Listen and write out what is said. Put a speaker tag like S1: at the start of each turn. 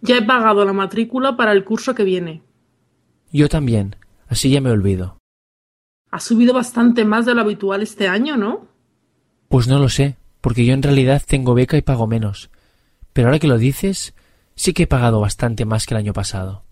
S1: Ya he pagado la matrícula para el curso que viene.
S2: Yo también. Así ya me olvido.
S1: Ha subido bastante más de lo habitual este año, ¿no?
S2: Pues no lo sé, porque yo en realidad tengo beca y pago menos. Pero ahora que lo dices, sí que he pagado bastante más que el año pasado.